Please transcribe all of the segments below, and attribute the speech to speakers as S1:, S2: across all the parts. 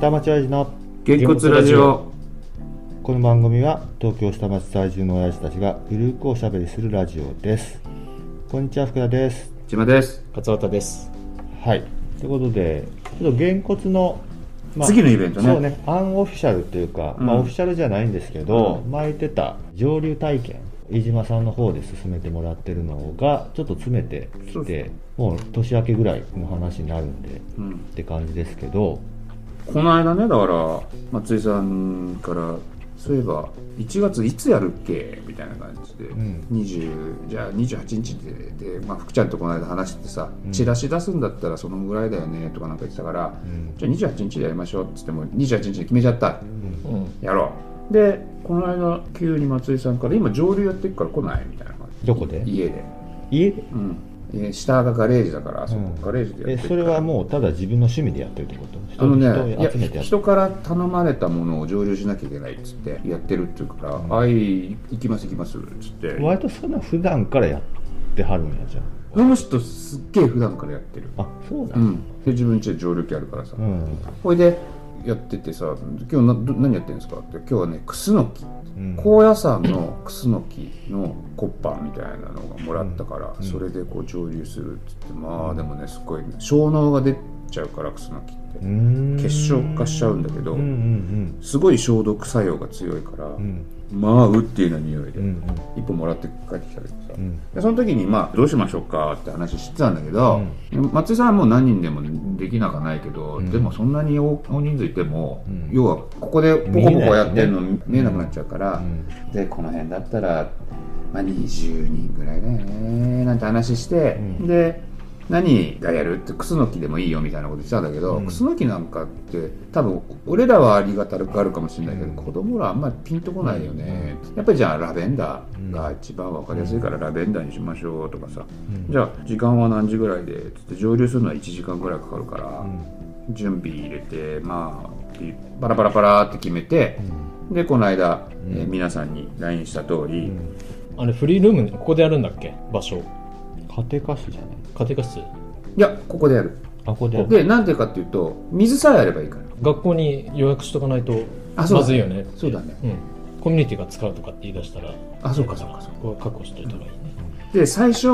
S1: 下町愛知の
S2: げんこつラジオ
S1: この番組は東京下町在住の親父たちがゆるくおしゃべりするラジオですこんにちは福田です
S2: 千葉です、
S3: 勝俣です。
S1: はいということでちょっとげんこつの、まあ
S2: 次のイベントね
S1: そうねアンオフィシャルというか、まあ、
S2: うん
S1: オフィシャルじゃないんですけど、
S2: う
S1: 巻いてた上流体験飯島さんの方で進めてもらってるのがちょっと詰めてき
S2: そう
S1: てもう年明けぐらいの話になるんで
S2: うん、
S1: って感じですけど
S2: この間ねだから松井さんからそういえば1月いつやるっけみたいな感じで、
S1: ん
S2: 20じゃあ28日でで、まあ、福ちゃんとこの間話しててさ、
S1: うん
S2: チラシ出すんだったらそのぐらいだよねとかなんか言ってたから、
S1: ん
S2: じゃあ28日でやりましょうっつっても28日に決めちゃった
S3: うん。
S2: やろうでこの間急に松井さんから今上流やってるから来ないみたいな感
S1: どこで
S2: じ家で
S1: 家で
S2: うんえー下がガレージだから、そこ
S1: うん
S2: ガレージ
S1: え
S2: でやってる
S1: それ
S2: から
S1: はもうただ自分の趣味でやってるってこと
S2: あのねい
S1: 人
S2: や
S1: 集めてやって
S2: 人から頼まれたものを蒸留しなきゃいけないっつってやってるっていうから「
S1: ん
S2: はい行きます行きます」っつって
S1: 割とそんな普段からやってはるんやじゃ
S2: この人すっげえ普段からやってる
S1: ああそうだ、
S2: うんで自分家で蒸留機あるからさ、
S1: うん
S2: ほいでやっててさ「今日など何やってるんですか?」って「今日はねクスノキ
S1: うん
S2: 高野山のクスノキのコッパーみたいなのがもらったから、
S1: うん
S2: それでこう蒸留するっつってまあでもねすごい小脳が出ちゃうからクスノキって
S1: うーん
S2: 結晶化しちゃうんだけど、
S1: うんうん
S2: すごい消毒作用が強いから、
S1: うんうん
S2: まあうっていうような匂いで、
S1: うんうん
S2: 一本もらって帰ってきたけどさ、
S1: うん
S2: でその時にまあどうしましょうかって話してたんだけど、松井さんはもう何人でもできなかないけど、
S1: ん
S2: でもそんなに大大人数いても、
S1: うん
S2: 要はここでポコポコやってるの見えなくなっちゃうから、
S1: うん
S2: でこの辺だったら、まあ、20人ぐらいだよねなんて話して、
S1: うん
S2: で何がやるってクスノキでもいいよみたいなこと言ってたんだけど、
S1: うん
S2: クスノキなんかって多分俺らはありがたくあるかもしれないけど、子供らあんまりピンとこないよね、やっぱりじゃあラベンダーが一番わかりやすいからラベンダーにしましょうとかさ、
S1: うん
S2: じゃあ時間は何時ぐらいでつって蒸留するのは1時間ぐらいかかるから、
S1: うん
S2: 準備入れてまあピバラバラバラって決めて、でこの間、えー皆さんに LINE した通り、
S3: あれ、フリールーム、ここでやるんだっけ場所。
S1: 家庭科室じゃない
S3: 家庭科室。
S2: いやここでやる
S1: あここでやる
S2: でなんでかっていうと水さえあればいいから
S3: 学校に予約しとかないと、
S2: あ
S3: ま
S2: そうだ
S3: ずいよね。
S2: そうだね
S3: うん。コミュニティが使うとかって言い出したら、
S2: あそうかそうかそうか
S3: ここは確保しといた方がいいね。
S2: で最初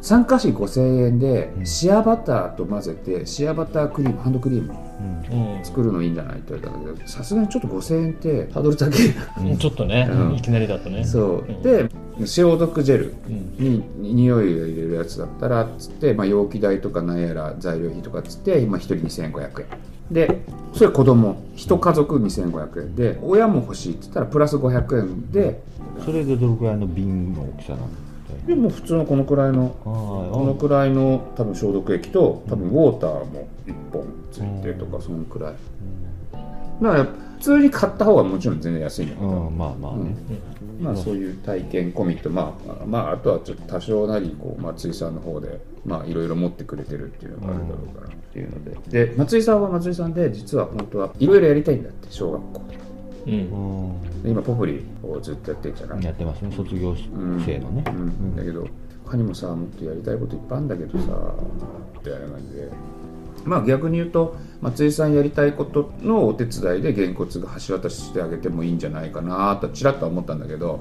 S2: 参加費5000円でシアバターと混ぜてシアバタークリームハンドクリーム
S3: う
S2: 作るのいいんじゃないって言われたんだけどさすがにちょっと5000円ってハードル高い
S3: ん。ちょっとね、
S2: うん
S3: いきなりだとね。
S2: そう、
S3: ん、
S2: で消毒ジェル
S3: うん。
S2: にに匂いを入れるやつだったらっつって、まあ、容器代とかなんやら材料費とかっつって今1人2500円でそれ子供一家族2500円で親も欲しいって言ったらプラス500円で
S1: それでどれくらいの瓶の大きさなの
S2: でも普通のこのくらいの
S1: あ
S2: この
S1: ー
S2: くらいの多分消毒液と多分ウォーターも1本ついてとかそのくらいだから普通に買った方がもちろん全然安いんだけ
S1: う
S2: ど、
S1: んうんまあまあね
S2: まあ、そういう体験込みと、まあ、まあ、あとはちょっと多少なりこう松井さんの方で、まあ、いろいろ持ってくれてるっていうのがあるだろうからっていうのでで松井さんは松井さんで実は本当はいろいろやりたいんだって小学校で
S3: うん。
S2: で今ポプリをずっとやってるじゃな
S1: うん
S2: い、
S1: やってますね卒業生
S2: うん
S1: のね
S2: うんだけど他にもさもっとやりたいこといっぱいあるんだけどさみたいな感じで。まあ逆に言うと松井さんやりたいことのお手伝いでげんこつが橋渡ししてあげてもいいんじゃないかなとちらっとは思ったんだけど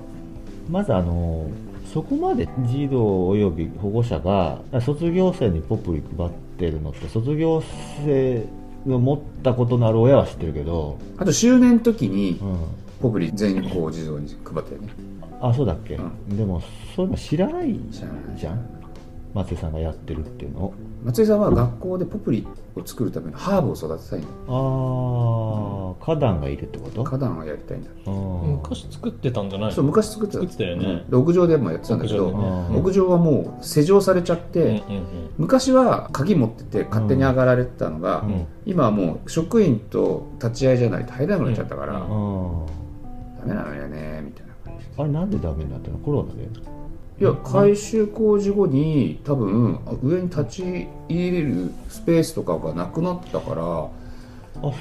S1: まずあのそこまで児童および保護者が卒業生にポプリ配ってるのって卒業生を持ったことのある親は知ってるけど、
S2: あと周年の時に
S1: うん、
S2: ポプリ全校児童に配ってね
S1: あそうだっけ、
S2: うん
S1: でもそういうの知らない
S2: 知らない
S1: じゃん松井さんがやってるっていうの
S2: 松井さんは学校でポプリを作るためのハーブを育てたいんだ
S1: をああ花壇がいるってこと
S2: 花壇をやりたいんだ
S1: うん
S3: 昔作ってたんじゃない
S2: そう昔作ってた
S3: 作ってたよね
S2: うんで屋上でもやってたんだけど
S3: 屋
S2: 屋
S3: 上
S2: 上,、
S3: で
S1: ねうん
S2: はもう施錠されちゃって、
S3: うんうん
S2: 昔は鍵持ってて勝手に上がられてたのが、
S1: うん
S2: 今はもう職員と立ち会いじゃないと入れなくなっちゃったから、
S3: う
S1: う
S3: ん
S1: ん
S2: ダメなのよねみたいな感じ
S1: あれなんでダメになったのコロナで
S2: いや改修工事後に多分上に立ち入れるスペースとかがなくなったから
S1: あ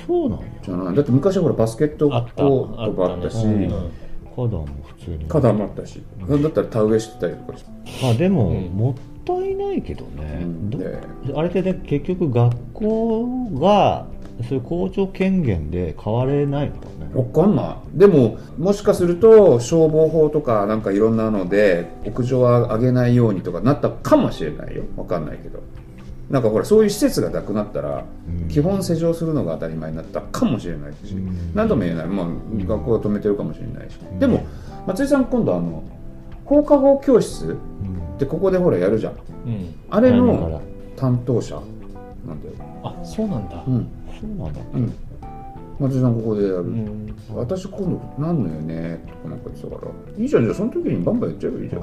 S1: そうなんや
S2: じゃないだって昔はほらバスケット
S3: うん。あ
S2: コ
S3: った。
S2: ートがあ
S3: あ
S2: っ
S3: ったた
S2: し
S3: ね。
S1: 花壇も普通に
S2: 花壇もあったし、なんだったら田植えしてたりとかして、
S1: まあでも、
S3: うん
S1: もったいないけどね、ど
S2: で
S1: あれってね結局学校がそういう校長権限で変われないのかね
S2: わかんない。でも、もしかすると、消防法とかなんかいろんなので、屋上は上げないようにとかなったかもしれないよ。わかんないけど。なんかほら、そういう施設がなくなったら、
S1: うん
S2: 基本施錠するのが当たり前になったかもしれないし、
S1: うん
S2: 何とも言えない。まあ、学校は止めてるかもしれないし
S1: う。ん
S2: でも、松井さん今度あの、放課後教室
S1: うん
S2: ってここでほらやるじゃん。
S3: うん。
S2: あれ
S1: 来年か
S2: の
S1: ら
S2: 担当者なんだよ。
S3: あ、そうなんだ
S2: う。ん。
S1: そうなんだ
S2: うん。松井さんここでやる。
S3: うん。
S2: 私今度なんのよねとかなんか言ってたからいいじゃんじゃあその時にバンバンやっちゃえばいいじゃん、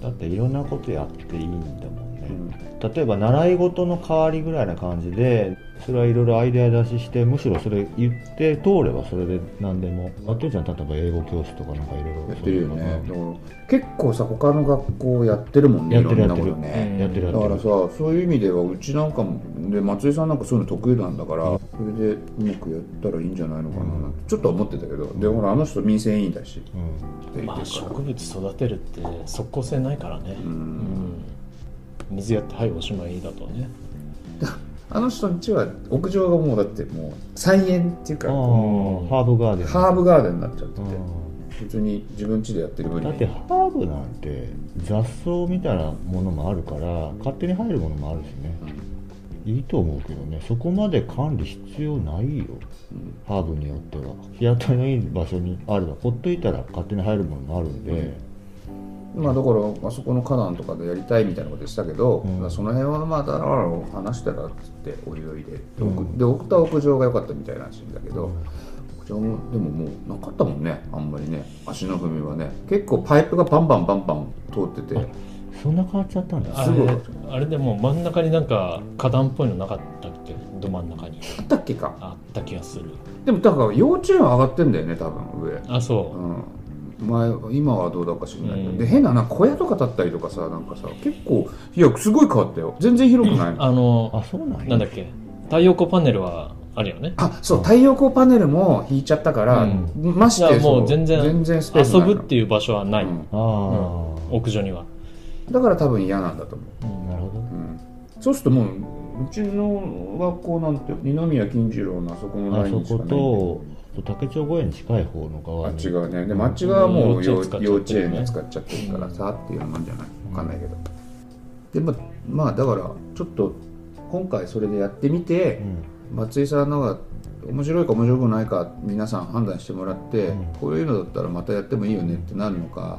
S1: だっていろんなことやっていいんだもんね、
S2: うん
S1: 例えば習い事の代わりぐらいな感じでそれはいろいろアイデア出ししてむしろそれ言って通ればそれで何でもあってるじゃん例えば英語教室とかなんかいろいろ
S2: やってるよね
S1: そういう
S2: だ
S1: の
S2: から結構さ他の学校やってるもんね
S1: や
S2: い
S1: って
S2: ろ
S1: る
S2: んなこと
S3: やって
S2: ね
S3: る
S1: やってる
S2: だ
S1: や
S2: か
S1: って
S2: ら
S1: る
S2: さそういう意味ではうちなんかもで松井さんなんかそういうの得意なんだからそれでうまくやったらいいんじゃないのかななんてちょっと思ってたけどでほらあの人民生委員だしって
S1: うん
S2: 言ってるか
S3: まあ、
S2: ら
S3: 植物育てるって即効性ないからね。
S2: う
S3: うんん。水やって、はい、おしまいだとね。
S2: あの人んちは屋上がもうだってもう菜園っていうか
S1: ああ
S2: ハ
S3: うん
S1: ハーブガーデン
S2: ーブガーデンになっちゃってて
S1: う
S2: 普通に自分家でやってる
S1: ん
S2: 分に
S1: だってハーブなんて雑草みたいなものもあるから勝手に入るものもあるしねいいと思うけどねそこまで管理必要ないよ
S2: うん
S1: ハーブによっては日当たりのいい場所にあればほっといたら勝手に入るものもあるんで、
S2: まあだからあそこの花壇とかでやりたいみたいなことしたけど、
S1: うん
S2: その辺はまあだから話したらっつっておいおいで、で
S1: うん
S2: 奥で奥田は屋上が良かったみたいな話だけど、屋上もでももうなかったもんねあんまりね足の踏みはね結構パイプがバンバンバンバン通ってて
S1: あそんな変わっちゃったんだ
S3: あ
S2: すごい
S3: れ、あれでも真ん中になんか花壇っぽいのなかったっけど真ん中に。
S2: あったっけか
S3: あった気がする。
S2: でもだから幼稚園は上がってんだよね多分上
S3: あ、そう。
S2: うん前今はどうだか知らないけど、
S3: うん
S2: で変ななんか小屋とか建ったりとかさなんかさ結構いやすごい変わったよ全然広くない
S3: あの、
S1: あそうなんや
S3: なんだっけ、太陽光パネルはあるよね。
S2: あそう太陽光パネルも引いちゃったから、
S3: うん
S2: まし
S3: い
S2: て
S3: やもう
S2: その
S3: 全然
S2: スペース
S3: 遊
S2: ないの
S3: ぶっていう場所はない、
S2: うん
S1: ああ、
S3: 屋上には。
S2: だから多分嫌なんだと思
S1: なるほど
S2: う、うんそうするともううちの学校なんて二宮金次郎のあそこの
S1: あ
S2: ライ
S1: そ
S2: ンしかない
S1: こと竹町公園に近い方の
S2: あ
S1: 側
S2: っ
S1: に
S2: ち側ねで町側はもう幼
S3: 幼稚園使っちゃってる
S2: 幼
S3: ね
S2: 稚園に使っちゃってるからさっていうもんじゃないわかんないけどでままあだからちょっと今回それでやってみて、
S1: うん
S2: 松井さんのが面白いか面白くないか皆さん判断してもらって、
S1: うん
S2: こういうのだったらまたやってもいいよねってなるのか、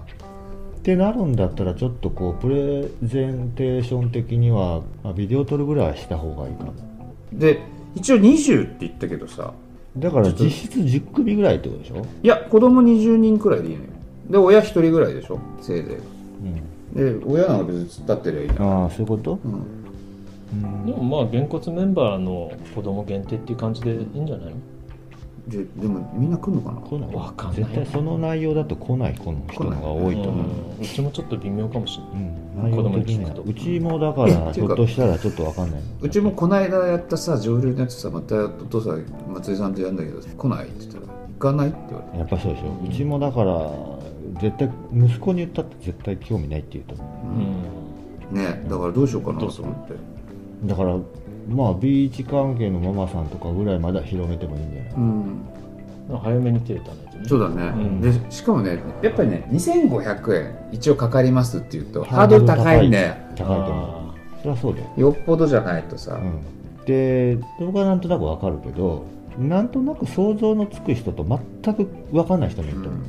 S1: ってなるんだったらちょっとこうプレゼンテーション的には、まあ、ビデオ撮るぐらいはした方がいいかも
S2: で一応20って言ったけどさ
S1: だから実質10組ぐらいってことでしょ、
S2: いや子供20人くらいでいいのよで親1人ぐらいでしょせいぜ
S1: うん、
S2: いで親なんか別に突っ立ってりゃいいじゃん、
S1: ああそういうこと、
S2: うん、
S1: うん
S3: でもまあ、げんこつメンバーの子供限定っていう感じでいいんじゃない
S2: ででもみんな来んのかな
S1: 来ない
S3: わかんない
S1: 絶対その内容だと来ない子の人の方が多いと
S3: の、
S1: 思う、
S3: うんうちもちょっと微妙かもしれない。
S1: うん
S3: 子供に聞くと
S1: うちもだから
S2: えって
S1: ひ
S2: いう
S1: ょ
S2: か
S1: っとしたらちょっとわかんないう
S2: ちもこないだやったさ上流のやつさまたお父さん松井さんとやるんだけど来ないって言ったら行かないって言われて
S1: やっぱそうでしょ、
S3: う
S1: うんちもだから絶対息子に言ったって絶対興味ないって言うと思
S3: うん
S2: ねだからどうしようかなと
S3: どうする
S2: 思って
S1: うだからまあビーチ関係のママさんとかぐらいまだ広めてもいいんじゃない、
S2: うん
S3: 早めに手打たないとね。
S2: そうだね、
S3: うん
S2: でしかもねやっぱりね2500円一応かかりますっていうとハ
S1: ハ
S2: ー
S1: ー
S2: ド
S1: ド
S2: ル
S1: ル
S2: 高
S1: 高
S2: い
S1: い
S2: ね
S1: 高いと思
S3: あ
S1: うそれはそうだよ、
S2: よっぽどじゃないとさ、
S1: うん、で僕はなんとなくわかるけどなんとなく想像のつく人と全くわかんない人もいると思う、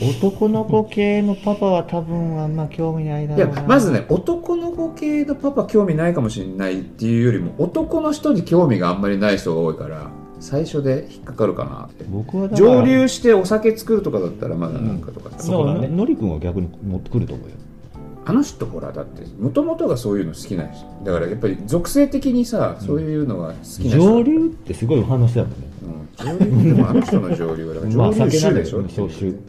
S1: 男の子系のパパは多分あんま興味ないだ
S2: い
S1: ろ
S2: や
S1: うな
S2: まずね男の子系のパパ興味ないかもしれないっていうよりも男の人に興味があんまりない人が多いから最初で引っかかるかなって
S1: 僕はだから
S2: 上流してお酒作るとかだったらまだなんかとかさ、
S1: だから
S3: そうだね
S1: のり君は逆に持ってくると思うよ
S2: あの人ほらだってもともとがそういうの好きな人だからやっぱり属性的にさ、そういうのが好きな人
S1: 上流ってすごいお話だもんね
S2: うん、上流でもあの人の上流はだから上流
S1: 酒な
S2: 種
S1: んだ
S2: で
S1: け
S2: し
S1: ど
S2: ょ
S1: ねそう酒うん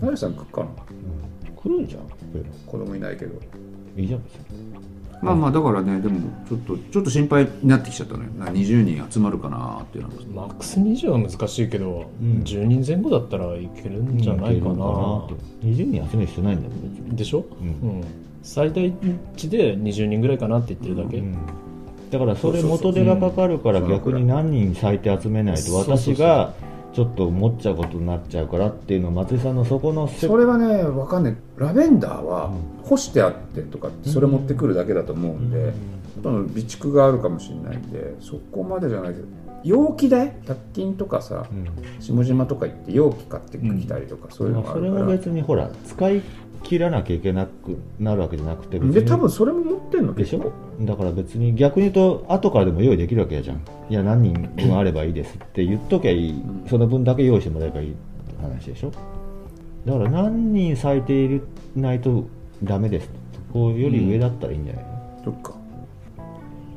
S2: マリさん食っかな
S1: 来るんじゃん
S2: 子供いないけど
S1: いいじゃん別に
S2: まあまあだからねでもちょっとちょっと心配になってきちゃったねな20人集まるかなっていうのが
S3: ーマックス20は難しいけど、
S1: ん
S3: 10人前後だったらいけるんじゃないかな。
S1: 20人集める必要ないんだもん別に
S3: でしょ、
S1: うん
S3: うん最大値で20人ぐらいかなって言ってるだけ。
S1: うんだからそれ
S2: そうそうそう
S1: 元手がかかるから
S2: うん
S1: 逆に何人最低集めないと
S3: そうそうそ
S1: 私
S3: う
S1: がちょっと持っちゃうことになっちゃうからっていうのを松井さんのそこのせ
S2: それはねわかんないラベンダーは
S1: う
S2: 干してあってとかってそれ持ってくるだけだと思うんで、その備蓄があるかもしれないんでそこまでじゃないけど容器代100均とかさ
S1: うん
S2: 下島とか行って容器買ってきたりとか、そういうのがあ
S1: そ
S2: る
S1: れ
S2: か
S1: も
S2: ら、
S1: 別にほら使い切らなきゃいけなくなるわけじゃなくて別に
S2: で多分それも持ってんの
S1: でしょだから別に逆に言うと後からでも用意できるわけじゃんいや何人分あればいいですって言っときゃいい、
S2: ん
S1: その分だけ用意してもらえばいいって話でしょだから何人咲いていないとダメですそこより上だったらいいんじゃないの、
S2: そっか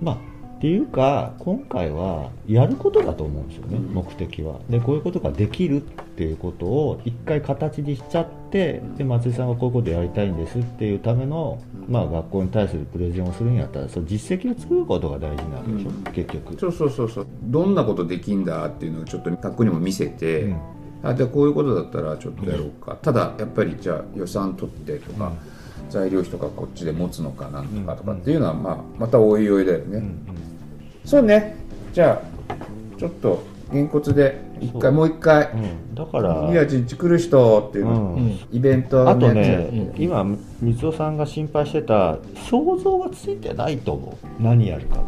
S1: まあっていうか今回はやることだと思うんですよね、
S2: うん
S1: 目的はでこういうことができるっていうことを一回形にしちゃってで松井さんはこういうことやりたいんですっていうための、
S2: うん
S1: まあ、学校に対するプレゼンをするんやったらその実績を作ることが大事なわけでしょ、
S2: うん
S1: 結局
S2: そうそうそうそうどんなことできんだっていうのをちょっとタックにも見せて、
S1: うん
S2: あじゃあこういうことだったらちょっとやろうか、ただやっぱりじゃあ予算取ってとか、材料費とかこっちで持つのかなんとかとかっていうのは、まあ、またおいおいだよね、そうねじゃあちょっとげんこつで一
S1: そう
S2: 回もう一回
S1: うんだか
S2: 「
S1: ら
S2: いやちんち来る人」っていう
S1: うん
S2: の、
S3: うん
S2: イベントの
S1: あと
S2: や
S1: ね
S2: つ、
S3: うん
S1: 今光代さんが心配してた想像がついてないと思う何やるかが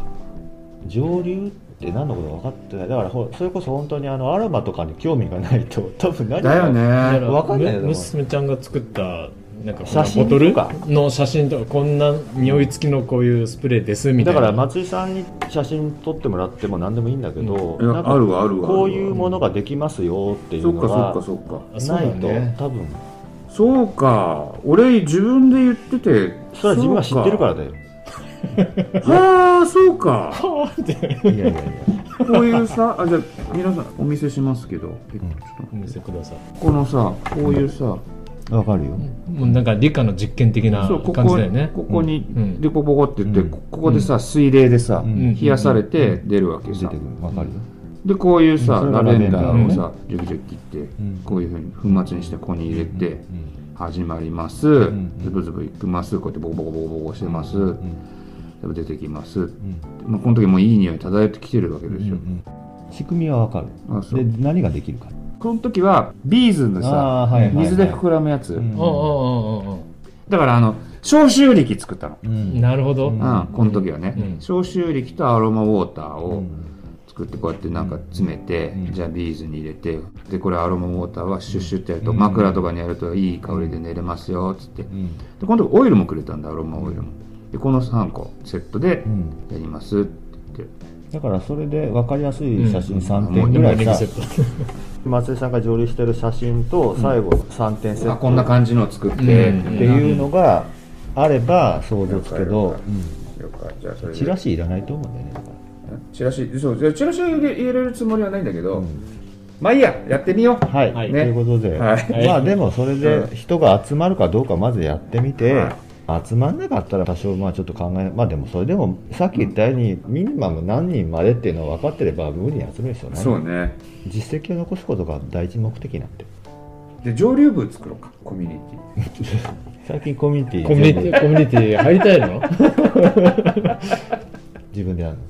S1: 上流って何のことか分かってないだからほそれこそ本当にあのアロマとかに興味がないと多分何
S2: だよ
S3: だ
S2: ね
S1: わかんないよ
S3: む娘ちゃんが作ったなんかこんな
S1: 写真
S3: ボトル
S1: とか
S3: の写真とかこんな匂い付きのこういうスプレーですみた
S1: だか
S3: いな
S1: ら松井さんに写真撮ってもらっても何でもいいんだけど、
S2: いや
S1: なんか
S2: あるわあるわ
S1: こういうものができますよっていう
S2: そっ
S1: の
S2: かそっか
S1: が
S2: そっか
S3: あそう
S1: な
S3: だ
S1: いと、
S3: ね
S1: 多分
S2: そうか俺自分で言ってて
S1: それは自分が知ってるからだよ
S2: はあそうか
S1: いやいやいや
S2: こういうさあじゃあ皆さんお見せしますけど、え
S1: ん
S2: ちょっと
S3: お見せください
S2: このさこういうさ、
S1: わかるよ、
S3: もうなんか理科の実験的な
S2: そうこ
S3: 感じ
S2: こ
S3: だよね
S2: ここに
S3: うん
S2: デコボコって言って、
S1: うん
S2: こここでさ水冷でさ、
S1: うん
S2: 冷やされて出るわけ
S1: 出
S2: さ、
S1: てくるわかるよ、
S2: でこういうさ、
S1: うんそれがラ
S2: ラ
S1: ベ
S2: ベ
S1: ン
S2: ン
S1: ダ
S2: ダ
S1: ー
S2: ー
S1: ね
S2: をさジュキジュキって、
S1: うん
S2: こういうふうに粉末にしてここに入れて、始まります、
S1: ん
S2: ズブズブいきますこうやってボコボコボコボコしてます、でも出てきます、
S1: ん
S2: まあ、この時もういい匂い漂ってきてるわけですよ、
S1: 仕組みはわかる
S2: あそう
S1: で何ができるか
S2: この時はビーズの
S1: あ
S2: さ、
S1: ーはいはいはい
S2: 水で膨らむやつ、
S1: うん
S3: あああああ
S2: だからあの消臭力作ったの、
S1: う
S3: あ
S1: ん
S3: なるほど、
S1: うん
S2: うん、この時はね、
S3: うん
S2: 消臭力とアロマウォーター
S1: う
S2: を
S1: ん
S2: 作ってこうやってなんか詰めて、
S1: うん
S2: じゃあビーズに入れてでこれアロマウォーターはシュッシュってやると枕とかにやるといい香りで寝れますよっつってで
S1: うん
S2: 今度オイルもくれたんだアロマオイルもでこの3個セットで
S1: うん
S2: やりますって言って
S1: だからそれで分かりやすい写真
S3: うん
S1: 3
S2: も
S1: 点
S2: う
S1: ぐ
S3: モ
S1: ら
S3: ーニン グ
S1: い
S3: セ
S1: さ
S3: ット
S1: 松井さんが上流してる写真と最後3点セ
S2: あ
S1: ッ
S2: こんな
S1: トっ
S2: 感じのを作って、
S3: うん
S1: ていうのがあれば想像つくけど
S2: 了解了解じゃあそ
S1: うん
S2: れ
S1: チ
S2: で
S1: ラシいらないと思うんだよねだか
S2: チラシそうじゃあチラシ入れ入れるつもりはないんだけど、まあいいややってみよう
S1: らはい、
S3: はい
S1: ということで、
S2: はい
S1: まあでもそれで人が集まるかどうかまずやってみて、
S2: はい
S1: 集まんなかったら多少まあちょっと考えまあでもそれでもさっき言ったようにミニマム何人までっていうのを分かってれば無理に集める必要ない
S2: そうね
S1: 実績を残すことが第一目的なんで
S2: で上流部作ろうかコミュニティ
S1: 最近コミュニティ
S3: コミュニティコミュニティ入りたいの
S1: 自分でやるの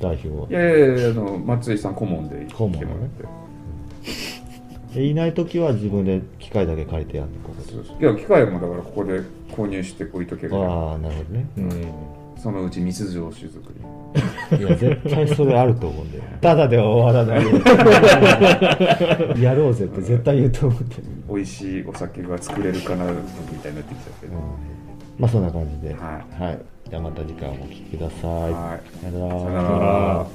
S1: 代表を
S2: いやいやいやあの松井さん顧問で
S1: 顧問ね
S2: 来てもらって
S1: でいない時は自分で機械だけ借りてやるのここ
S2: そうそういや機械もだからここで購入して置いとける
S1: でああなるほどね
S3: うん
S2: そのうちミス上手作り
S1: いや絶対それあると思うんだよただでは終わ らないやろうぜって絶対言うと思ってる、
S2: 美味しいお酒が作れるかなみたいになってきちゃって
S1: う
S2: ね
S1: ん、まあそんな感じでは、
S2: はい
S1: じゃあまた次回お聞きください
S2: はい
S1: さよな
S2: さよ
S1: ら
S2: なら